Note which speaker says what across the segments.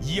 Speaker 1: 以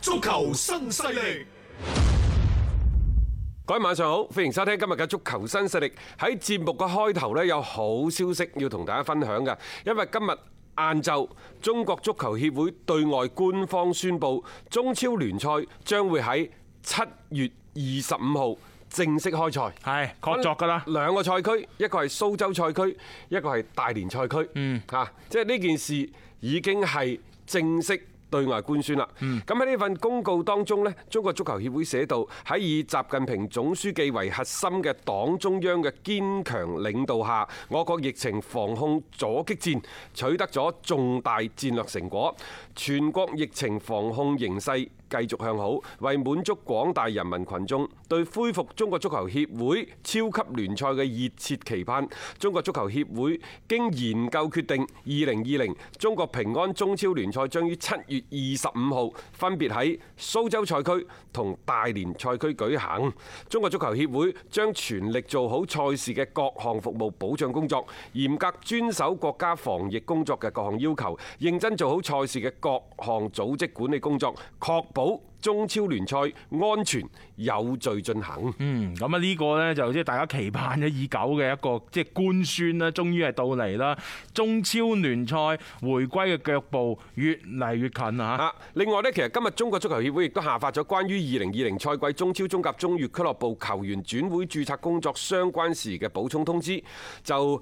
Speaker 1: 足球新勢力，
Speaker 2: 各位晚上好，歡迎收聽今日嘅足球新勢力。喺節目嘅開頭呢，有好消息要同大家分享嘅，因為今日晏晝中國足球協會對外官方宣布，中超聯賽將會喺七月二十五號正式開賽。
Speaker 3: 係確鑿㗎啦。
Speaker 2: 兩個賽區，一個係蘇州賽區，一個係大連賽區。嗯，嚇，即係呢件事已經係正式。對外官宣啦。咁喺呢份公告當中呢，中國足球協會寫到喺以習近平總書記為核心嘅黨中央嘅堅強領導下，我國疫情防控阻擊戰取得咗重大戰略成果，全國疫情防控形勢繼續向好，為滿足廣大人民群眾對恢復中國足球協會超級聯賽嘅熱切期盼，中國足球協會經研究決定，二零二零中國平安中超聯賽將於七月二十五號分別喺蘇州賽區同大連賽區舉行。中國足球協會將全力做好賽事嘅各項服務保障工作，嚴格遵守國家防疫工作嘅各項要求，認真做好賽事嘅各項組織管理工作，確保中超聯賽安全有序進行。
Speaker 3: 嗯，咁啊呢個呢，就即係大家期盼咗已久嘅一個即係官宣啦，終於係到嚟啦！中超聯賽回歸嘅腳步越嚟越近啊！
Speaker 2: 啊！另外呢，其實今日中國足球協會亦都下發咗關於二零二零賽季中超、中甲、中乙俱樂部球員轉會註冊工作相關事宜嘅補充通知，就。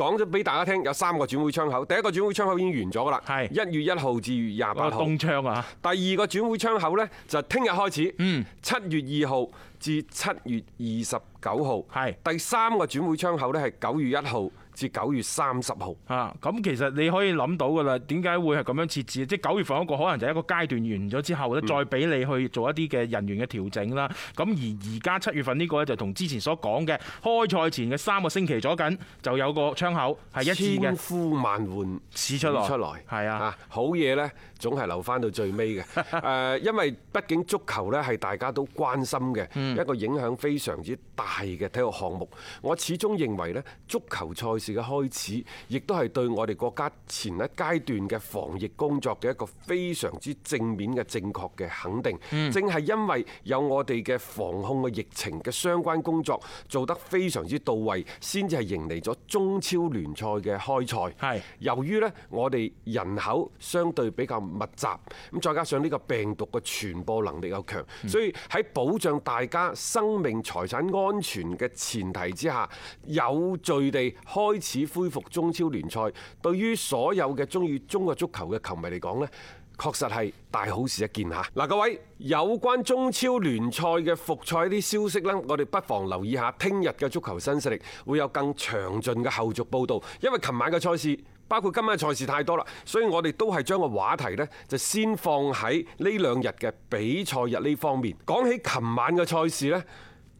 Speaker 2: 講咗俾大家聽，有三個轉會窗口。第一個轉會窗口已經完咗㗎啦，
Speaker 3: 係
Speaker 2: 一月一號至二月廿八
Speaker 3: 哇，
Speaker 2: 號。
Speaker 3: 東窗啊！
Speaker 2: 第二個轉會窗口呢，就係聽日開始，
Speaker 3: 嗯
Speaker 2: 七月二號至七月二十九號。
Speaker 3: 係
Speaker 2: 第三個轉會窗口呢，係九月一號至九月三十號。
Speaker 3: 啊，咁其實你可以諗到㗎啦，點解會係咁樣設置？即係九月份嗰個可能就係一個階段完咗之後
Speaker 2: 嗯
Speaker 3: 咧，再俾你去做一啲嘅人員嘅調整啦。咁而而家七月份呢個咧，就同之前所講嘅開賽前嘅三個星期左緊，就有個窗口係一致
Speaker 2: 千
Speaker 3: 嘅。
Speaker 2: 呼萬喚
Speaker 3: 始出來
Speaker 2: 出來
Speaker 3: 係啊
Speaker 2: 好嘢呢，總係留翻到最 尾嘅。誒，因為畢竟足球呢係大家都關心嘅
Speaker 3: 嗯
Speaker 2: 一個影響非常之大嘅體育項目。我始終認為呢，足球賽事嘅開始，亦都係對我哋國家前一階段嘅防疫工作嘅一個非常之正面嘅正確嘅肯定。
Speaker 3: 嗯
Speaker 2: 正係因為有我哋嘅防控嘅疫情嘅相關工作做得非常之到位，先至係迎嚟咗中超聯賽嘅開賽。
Speaker 3: 係
Speaker 2: 由於呢，我哋人口相對比較密集，咁再加上呢個病毒嘅傳播能力又強，所以喺保障大家生命財產安全嘅前提之下，有序地開始恢復中超聯賽，對於所有嘅中意中國足球嘅球迷嚟講呢，確實係大好事一件嚇！嗱，各位有關中超聯賽嘅復賽啲消息呢，我哋不妨留意下，聽日嘅足球新勢力會有更詳盡嘅後續報導。因為琴晚嘅賽事，包括今晚嘅賽事太多啦，所以我哋都係將個話題呢就先放喺呢兩日嘅比賽日呢方面。講起琴晚嘅賽事呢，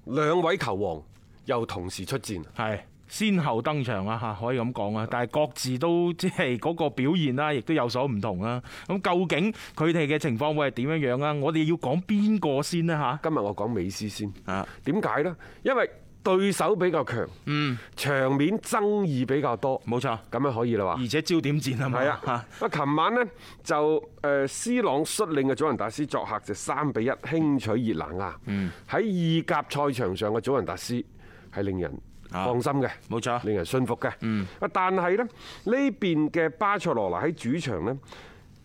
Speaker 2: 兩位球王又同時出戰。啊
Speaker 3: 係先後登場啊嚇，可以咁講啊，但係各自都即係嗰個表現啦，亦都有所唔同啦。咁究竟佢哋嘅情況會係點樣樣啊？我哋要講邊個先啊呢？嚇？
Speaker 2: 今日我講美斯先
Speaker 3: 啊，
Speaker 2: 點解呢？因為對手比較強，嗯，場面爭議比較多，
Speaker 3: 冇錯，
Speaker 2: 咁樣可以啦話。
Speaker 3: 而且焦點戰啊嘛，
Speaker 2: 係啊，
Speaker 3: 嚇
Speaker 2: 啊，琴晚呢，就誒斯朗率領嘅祖雲達斯作客就三比一輕取熱拿亞。
Speaker 3: 嗯
Speaker 2: 喺意甲賽場上嘅祖雲達斯係令人放心嘅，
Speaker 3: 啊冇錯嗯
Speaker 2: 令人信服嘅。啊，但係 呢，呢邊嘅巴塞羅那喺主場呢，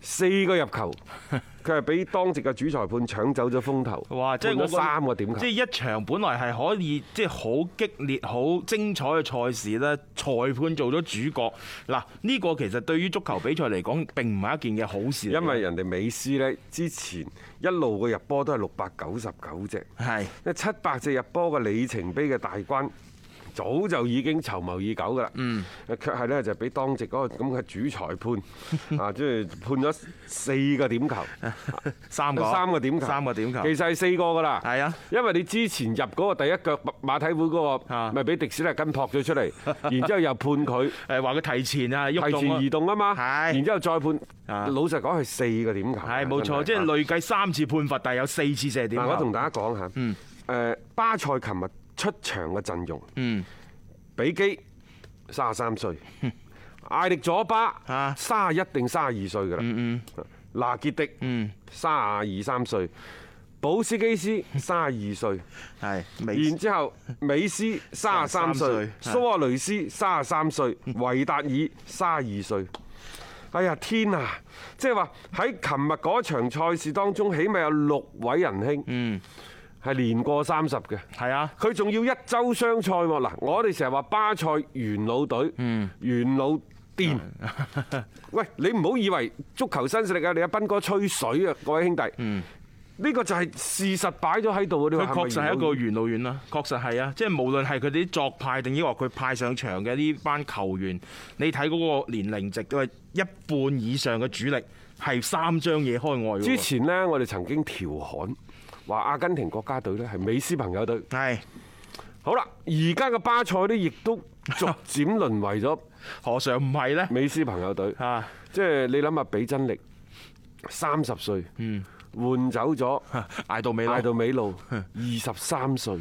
Speaker 2: 四個入球佢係俾當值嘅主裁判搶走咗風頭，
Speaker 3: 哇！即係
Speaker 2: 判咗
Speaker 3: 我覺得
Speaker 2: 三啊個點球
Speaker 3: 即。係一場本來係可以即係好激烈、好精彩嘅賽事咧，裁判做咗主角。嗱，呢個其實對於足球比賽嚟講並唔係一件嘅好事嚟嘅。
Speaker 2: 因為人哋美斯呢，之前一路嘅入波都係六百九十九隻，
Speaker 3: 係
Speaker 2: 因七百隻入波嘅里程碑嘅大關。早就已經籌謀已久㗎啦，嗯，卻係呢，就俾當值嗰個咁嘅主裁 判啊，即係判咗四個點球，
Speaker 3: 三個
Speaker 2: 三個點球，
Speaker 3: 三個點球
Speaker 2: 其實係四個㗎啦，
Speaker 3: 係啊，
Speaker 2: 因為你之前入嗰個第一腳馬體會嗰
Speaker 3: 啊
Speaker 2: 個，咪俾迪斯利根撲咗 出嚟，然之後又判佢。
Speaker 3: 誒話佢提前啊，喐
Speaker 2: 提
Speaker 3: 動
Speaker 2: 前移動啊嘛，
Speaker 3: 係
Speaker 2: 然之後再判，
Speaker 3: 啊
Speaker 2: 老實講係四個點球。
Speaker 3: 係冇錯，即
Speaker 2: 啊真
Speaker 3: 係累計三次判罰，但係有四次射點啊
Speaker 2: 嗱，
Speaker 3: 球。
Speaker 2: 啊我同大家講下，誒巴塞琴日出場嘅陣容，
Speaker 3: 嗯
Speaker 2: 比基三十三歲，艾力佐巴
Speaker 3: 啊
Speaker 2: 三十一定三十二歲㗎啦，拿傑迪
Speaker 3: 嗯
Speaker 2: 三十二三歲，保斯基斯三十二歲。
Speaker 3: 係
Speaker 2: 然之後，美斯三十三嗯歲，
Speaker 3: 係
Speaker 2: 蘇亞雷斯三十三歲，維達爾三十二歲。哎呀天啊！即係話喺琴日嗰場賽事當中，起碼有六位仁兄，嗯，係年過三十嘅。
Speaker 3: 係啊。
Speaker 2: 佢仲要一周雙賽喎嗱，我哋成日話巴塞元老隊、元老店，喂，你唔好以為足球新勢力啊！你阿斌哥吹水啊，各位兄弟，呢個就係事實擺咗喺度嘅。啊呢
Speaker 3: 佢
Speaker 2: 個
Speaker 3: 確
Speaker 2: 係
Speaker 3: 實
Speaker 2: 咪元
Speaker 3: 係一
Speaker 2: 老
Speaker 3: 個元老院啦，確實係啊！即係無論係佢哋啲作派定抑或佢派上場嘅呢班球員，你睇嗰個年齡值都係一半以上嘅主力係三張嘢開外
Speaker 2: 之
Speaker 3: 喎。
Speaker 2: 前呢，我哋曾經調侃話阿根廷國家隊呢係美斯朋友隊。
Speaker 3: 係
Speaker 2: 好啦，而家嘅巴塞呢，亦都逐漸淪為咗
Speaker 3: 何嘗唔係呢？
Speaker 2: 美斯朋友隊。
Speaker 3: 啊，
Speaker 2: 即係你諗下，比真力三十歲，換走 咗
Speaker 3: 捱嗯到尾啦
Speaker 2: 艾！杜美 路，二十三歲。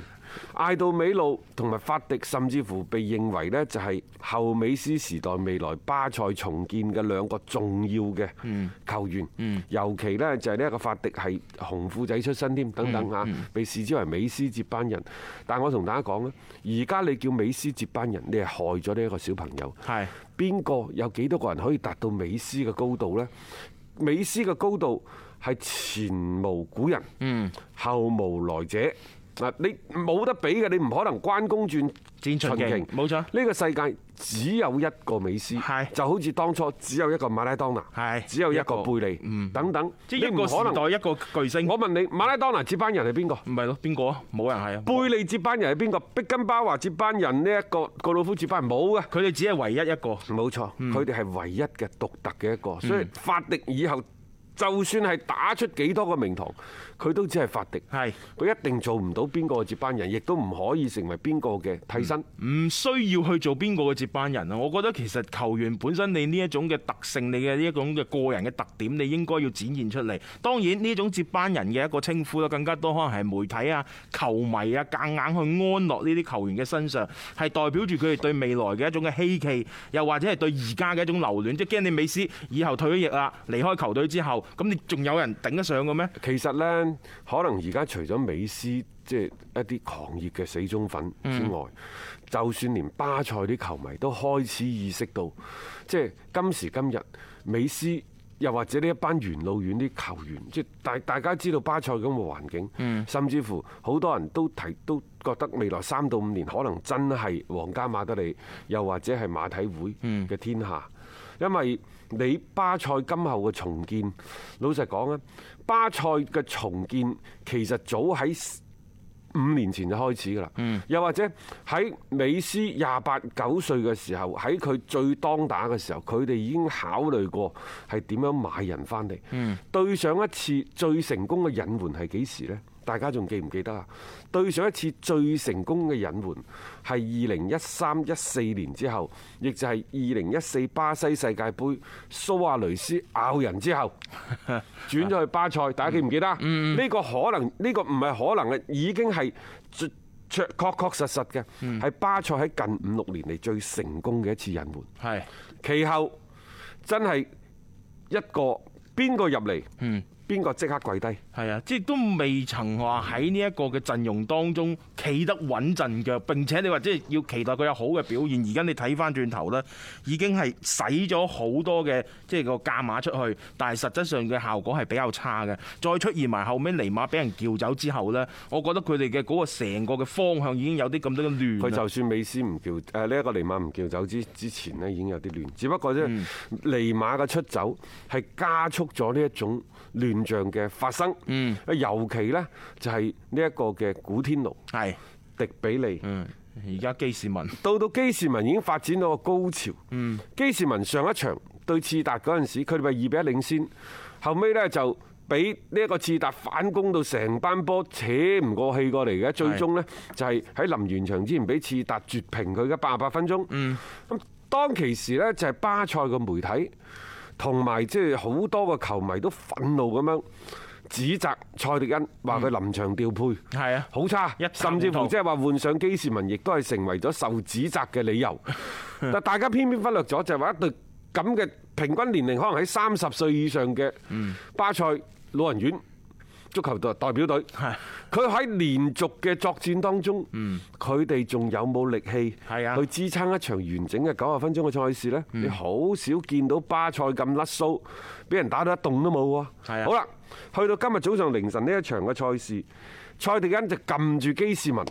Speaker 2: 艾杜美路同埋法迪，甚至乎被認為呢就係後美斯時代未來巴塞重建嘅兩個重要嘅
Speaker 3: 嗯
Speaker 2: 球員。尤其呢就係呢一個法迪係紅褲仔出身添，等等
Speaker 3: 嗯
Speaker 2: 嚇，被視之為美斯接班人。但我同大家講啊咧，而家你叫美斯接班人，你係害咗呢一個小朋友。
Speaker 3: 係
Speaker 2: 邊個有幾多個人可以達到美斯嘅高度呢？美斯嘅高度係前無古人，嗯，後無來者。嗱，你冇得比嘅，你唔可能關公傳
Speaker 3: 戰秦瓊冇錯
Speaker 2: 呢個世界只有一個美斯，
Speaker 3: 係
Speaker 2: 就好似當初只有一個馬拉當拿，
Speaker 3: 係
Speaker 2: 只有一個
Speaker 3: 一個嗯
Speaker 2: 貝利，等等，
Speaker 3: 即
Speaker 2: 你
Speaker 3: 係一
Speaker 2: 唔
Speaker 3: 個
Speaker 2: 可
Speaker 3: 時
Speaker 2: 能。
Speaker 3: 代一個巨星，
Speaker 2: 我問你，馬拉當拿接班人係邊個？
Speaker 3: 唔係咯，邊個啊？冇人係啊！
Speaker 2: 貝利接班人係邊個？碧根巴華接班人呢一個，個老夫接班人冇嘅。
Speaker 3: 佢哋只係唯一一個。
Speaker 2: 冇錯，佢哋係唯一嘅獨特嘅一個，所以法迪以後就算係打出幾多個名堂，佢都只係法迪。
Speaker 3: 係
Speaker 2: 佢一定做唔到邊個嘅接班人，亦都唔可以成為邊個嘅替身。
Speaker 3: 唔需要去做邊個嘅接班人啊！我覺得其實球員本身你呢一種嘅特性，你嘅呢一種嘅個人嘅特點，你應該要展現出嚟。當然呢種接班人嘅一個稱呼啦，更加多可能係媒體啊、球迷啊，夾硬去安落呢啲球員嘅身上，係代表住佢哋對未來嘅一種嘅希冀，又或者係對而家嘅一種留戀，即係驚你美斯以後退咗役啊啦，離開球隊之後，咁你仲有人頂得上嘅咩？
Speaker 2: 其實呢，可能而家除咗美斯即係一啲狂熱嘅死忠粉之外，就算連巴塞啲球迷都開始意識到，即係今時今日美斯。又或者呢一班元老院啲球員，即係大大家知道巴塞咁嘅環境，甚至乎好多人都提都覺得未來三到五年可能真係皇家馬德里，又或者係馬體會嘅天下。因為你巴塞今後嘅重建，老實講啊，巴塞嘅重建其實早喺五年前就開始㗎啦。又或者喺美斯廿八九歲嘅時候，喺佢最當打嘅時候，佢哋已經考慮過係點樣買人翻嚟。對上一次最成功嘅引援係幾時呢？大家仲記唔記得啊？對上一次最成功嘅引援係二零一三一四年之後，亦就係二零一四巴西世界盃蘇亞雷斯咬人之後。轉咗去巴塞，大家記唔記得啊？呢個可能，呢個唔係可能嘅，已經係最確確確實實嘅，係巴塞喺近五六年嚟最成功嘅一次引援。
Speaker 3: 係
Speaker 2: 其後真係一個邊個入嚟，邊邊個即刻跪低？
Speaker 3: 係啊，即係都未曾話喺呢一個嘅陣容當中企得穩陣腳，並且你話即係要期待佢有好嘅表現。而家你睇翻轉頭咧，已經係使咗好多嘅即係個價碼出去，但係實質上嘅效果係比較差嘅。再出現埋後尾尼馬俾人叫走之後呢，我覺得佢哋嘅嗰個成個嘅方向已經有啲咁多嘅亂啦。
Speaker 2: 佢就算美斯唔叫誒呢一個尼馬唔叫走之之前呢，已經有啲亂。只不過啫，尼馬嘅出走係加速咗呢一種亂象嘅發生。嗯，尤其呢，就係呢一個嘅古天奴、
Speaker 3: 係，
Speaker 2: 迪比利。
Speaker 3: 嗯，而家基士文
Speaker 2: 到到基士文已經發展到個高潮。嗯，基士文上一場對刺達嗰陣時，佢哋咪二比一領先，後尾呢就。俾呢一個智達反攻到成班波扯唔過氣過嚟嘅，最終呢就係喺臨完場之前俾智達絕平佢嘅八十八分鐘。嗯，咁當其時呢，就係巴塞嘅媒體同埋即係好多個球迷都憤怒咁樣指責蔡迪恩話佢臨場調配
Speaker 3: 嗯係啊
Speaker 2: 好差
Speaker 3: 一塌，糊塗
Speaker 2: 甚至乎即係話換上基士文，亦都係成為咗受指責嘅 理由。但大家偏偏忽略咗，就係話一隊咁嘅平均年齡可能喺三十歲以上嘅巴塞老人院足球代代表隊，佢喺連續嘅作戰當中，佢哋仲有冇力氣
Speaker 3: 係啊
Speaker 2: 去支撐一場完整嘅九十分鐘嘅賽事呢？
Speaker 3: 嗯
Speaker 2: 你好少見到巴塞咁甩須，俾人打到一洞都冇
Speaker 3: 係
Speaker 2: 喎。
Speaker 3: 啊
Speaker 2: 好啦，去到今日早上凌晨呢一場嘅賽事。蔡迪恩就撳住基士 文，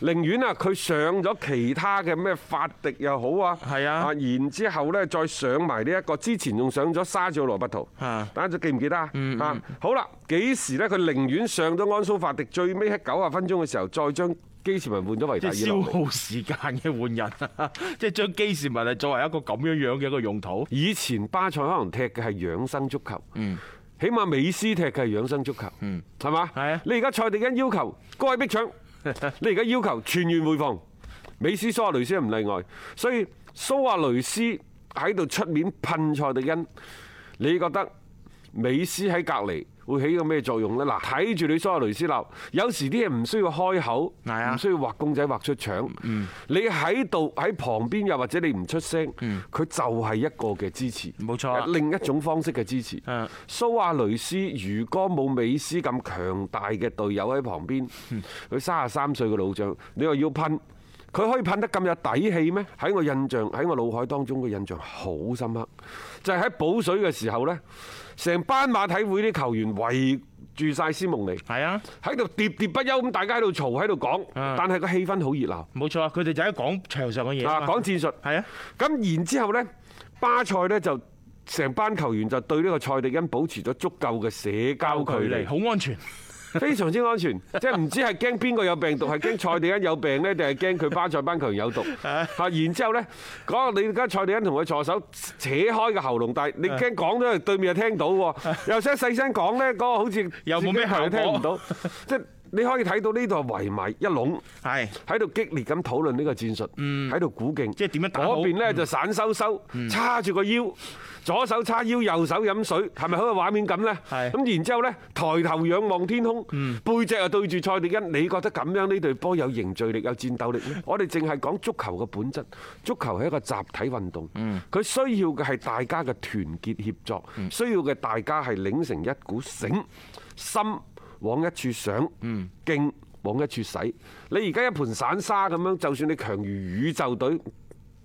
Speaker 2: 寧願啊佢上咗其他嘅咩法迪又好啊，
Speaker 3: 係啊
Speaker 2: 然之後呢，再上埋呢一個，之前仲上咗沙祖羅拔圖
Speaker 3: 啊，嗯
Speaker 2: 大家仲記唔記得啊？啊，好啦，幾時呢？佢寧願上咗安蘇法迪，最尾喺九十分鐘嘅時候，再將基士文換咗維
Speaker 3: 即
Speaker 2: 達爾
Speaker 3: 係消
Speaker 2: 落嚟
Speaker 3: 耗時間嘅換人， 即係將基士文係作為一個咁樣樣嘅一個用途。
Speaker 2: 以前巴塞可能踢嘅係養生足球，起碼美斯踢嘅係養生足球，係嘛？
Speaker 3: 係啊
Speaker 2: 你而家蔡迪恩要求高位逼 搶，你而家要求全員回防，美斯蘇亞雷斯唔例外，所以蘇亞雷斯喺度出面噴蔡迪恩，你覺得美斯喺隔離？會起個咩作用呢？嗱，睇住你蘇亞雷斯鬧，有時啲嘢唔需要開口，
Speaker 3: 係啊
Speaker 2: 唔需要畫公仔畫出腸。
Speaker 3: 嗯
Speaker 2: 你喺度喺旁邊，又或者你唔出聲，佢就係一個嘅支持。
Speaker 3: 嗯冇錯啊
Speaker 2: 另一種方式嘅支持
Speaker 3: 嗯。
Speaker 2: 蘇亞雷斯如果冇美斯咁強大嘅隊友喺旁邊，
Speaker 3: 嗯
Speaker 2: 佢三十三歲嘅老將，你話要噴，佢可以噴得咁有底氣咩？喺我印象，喺我腦海當中嘅印象好深刻，就係喺補水嘅時候呢，成班馬體會啲球員圍住晒斯蒙尼，
Speaker 3: 係啊。
Speaker 2: 喺度喋喋不休咁，大家喺度嘈喺度講，
Speaker 3: 嗯
Speaker 2: 但係個氣氛好熱鬧。
Speaker 3: 冇錯啊，佢哋就喺講場上嘅嘢
Speaker 2: 啊，
Speaker 3: 嘛
Speaker 2: 講戰術。
Speaker 3: 係啊，
Speaker 2: 咁然之後呢，巴塞呢就成班球員就對呢個蔡迪恩保持咗足夠嘅社交距離，
Speaker 3: 好安全，
Speaker 2: 非常之安全。即係唔知係驚邊個有病毒，係驚蔡迪恩有病呢，定係驚佢巴塞班球員 有毒？嚇！然之後呢，講你而家蔡迪恩同佢助手扯開個喉嚨，但係你驚講咗對面又聽到 喎，又想細聲講呢，嗰個好似
Speaker 3: 又冇咩效果
Speaker 2: 自己聽唔 到，即係你可以睇到呢度係圍埋一籠。
Speaker 3: 係
Speaker 2: 喺度激烈咁討論呢個戰術，喺度估勁，
Speaker 3: 即係點樣打好
Speaker 2: 嗰邊呢就散收收，叉住個腰，左手叉腰，右手飲水，係咪好嘅畫面咁呢？
Speaker 3: 係
Speaker 2: 咁然之後呢，抬頭仰望天空，背脊又對住蔡迪恩，你覺得咁樣呢隊波有凝聚力、有戰鬥力咩？我哋淨係講足球嘅本質，足球係一個集體運動，佢需要嘅係大家嘅團結協作，需要嘅大家係擰成一股繩，心往一處想，勁。往一處使。你而家一盤散沙咁樣，就算你強如宇宙隊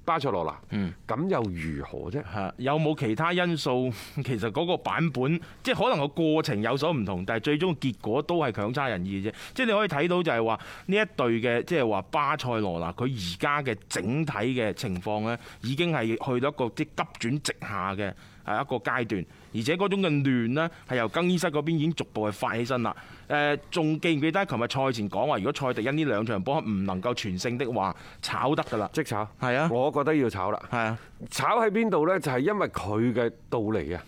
Speaker 2: 巴塞羅那，
Speaker 3: 嗯
Speaker 2: 咁又如何啫？
Speaker 3: 嚇，啊有冇其他因素？ 其實嗰個版本即係可能個過程有所唔同，但係最終結果都係強差人意啫。即係你可以睇到就係話呢一隊嘅即係話巴塞羅那，佢而家嘅整體嘅情況呢，已經係去到一個即係急轉直下嘅係一個階段。而且嗰種嘅亂呢，係由更衣室嗰邊已經逐步係發起身啦。誒，仲記唔記得琴日賽前講話，如果蔡迪恩呢兩場波唔能夠全勝的話，炒得㗎啦。
Speaker 2: 即炒，
Speaker 3: 係啊
Speaker 2: 我覺得要炒啦。
Speaker 3: 係啊，
Speaker 2: 炒喺邊度呢？就係因為佢嘅到嚟啊，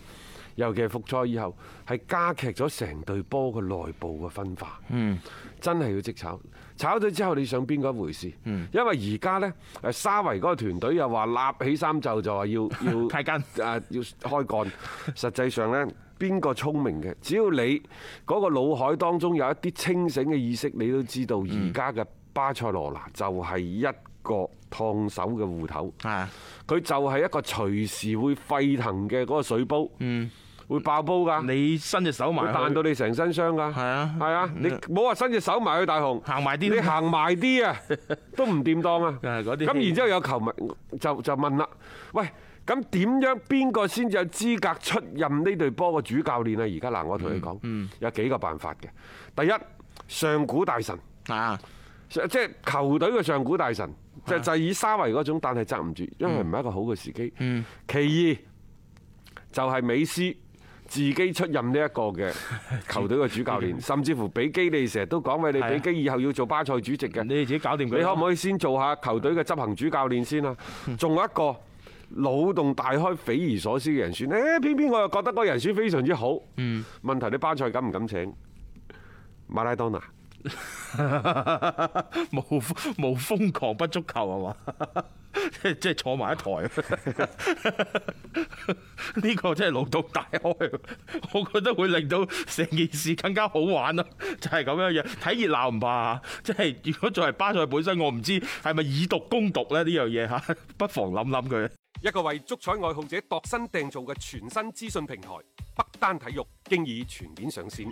Speaker 2: 尤其係復賽以後，係加劇咗成隊波嘅內部嘅分化。嗯，真係要即炒。炒咗之後，你想邊個一回事？嗯，因為而家呢，誒沙維嗰個團隊又話立起三袖，就話要要
Speaker 3: 派根
Speaker 2: 誒要開幹。實際上呢，邊個聰明嘅？只要你嗰個腦海當中有一啲清醒嘅意識，你都知道而家嘅巴塞羅那就係一個燙手嘅芋頭。
Speaker 3: 係啊。
Speaker 2: 佢就係一個隨時會沸騰嘅嗰個水煲。會爆煲㗎，
Speaker 3: 嗯你伸隻手
Speaker 2: 會
Speaker 3: 埋
Speaker 2: 彈
Speaker 3: 去
Speaker 2: 到你成身傷㗎。
Speaker 3: 係啊
Speaker 2: 係啊，你唔好話伸隻手埋去大雄，
Speaker 3: 行埋啲
Speaker 2: 你行埋啲 啊，都唔掂當啊。
Speaker 3: 係嗰啲
Speaker 2: 咁然之後有球迷就就問啦，喂。咁點樣邊個先至有資格出任呢隊波嘅主教練啊？而家嗱，我同你
Speaker 3: 嗯
Speaker 2: 講，有幾個辦法嘅。第一，上古大神，
Speaker 3: 啊，
Speaker 2: 即係球隊嘅上古大神，就就係以沙維嗰種，但係責唔住，因
Speaker 3: 嗯
Speaker 2: 為唔係一個好嘅時機。其二就係美斯自己出任呢一個 嘅球隊嘅主教練，甚至乎比基利成日都講喂，你
Speaker 3: 係啊
Speaker 2: 比基以後要做巴塞主席嘅，
Speaker 3: 你哋自己搞掂佢。
Speaker 2: 你可唔 可以先做下球隊嘅執行主教練先啊？仲有一個腦洞大開、匪夷所思嘅人選，誒偏偏我又覺得嗰個人選非常之好。
Speaker 3: 嗯
Speaker 2: 問題你巴塞敢唔敢請馬拉當拿？
Speaker 3: 冇冇瘋狂不足球係嘛？ 即即係坐埋一台， 呢個真係腦洞大開， 我覺得會令到成件事更加好玩咯，就係咁樣樣睇熱鬧唔怕，即係如果作為巴塞本身，我唔知係咪以毒攻毒咧呢樣嘢嚇，不妨諗諗佢。
Speaker 2: 一個為足彩愛好者度身訂造嘅全新資訊平台北單體育，經已全面上線。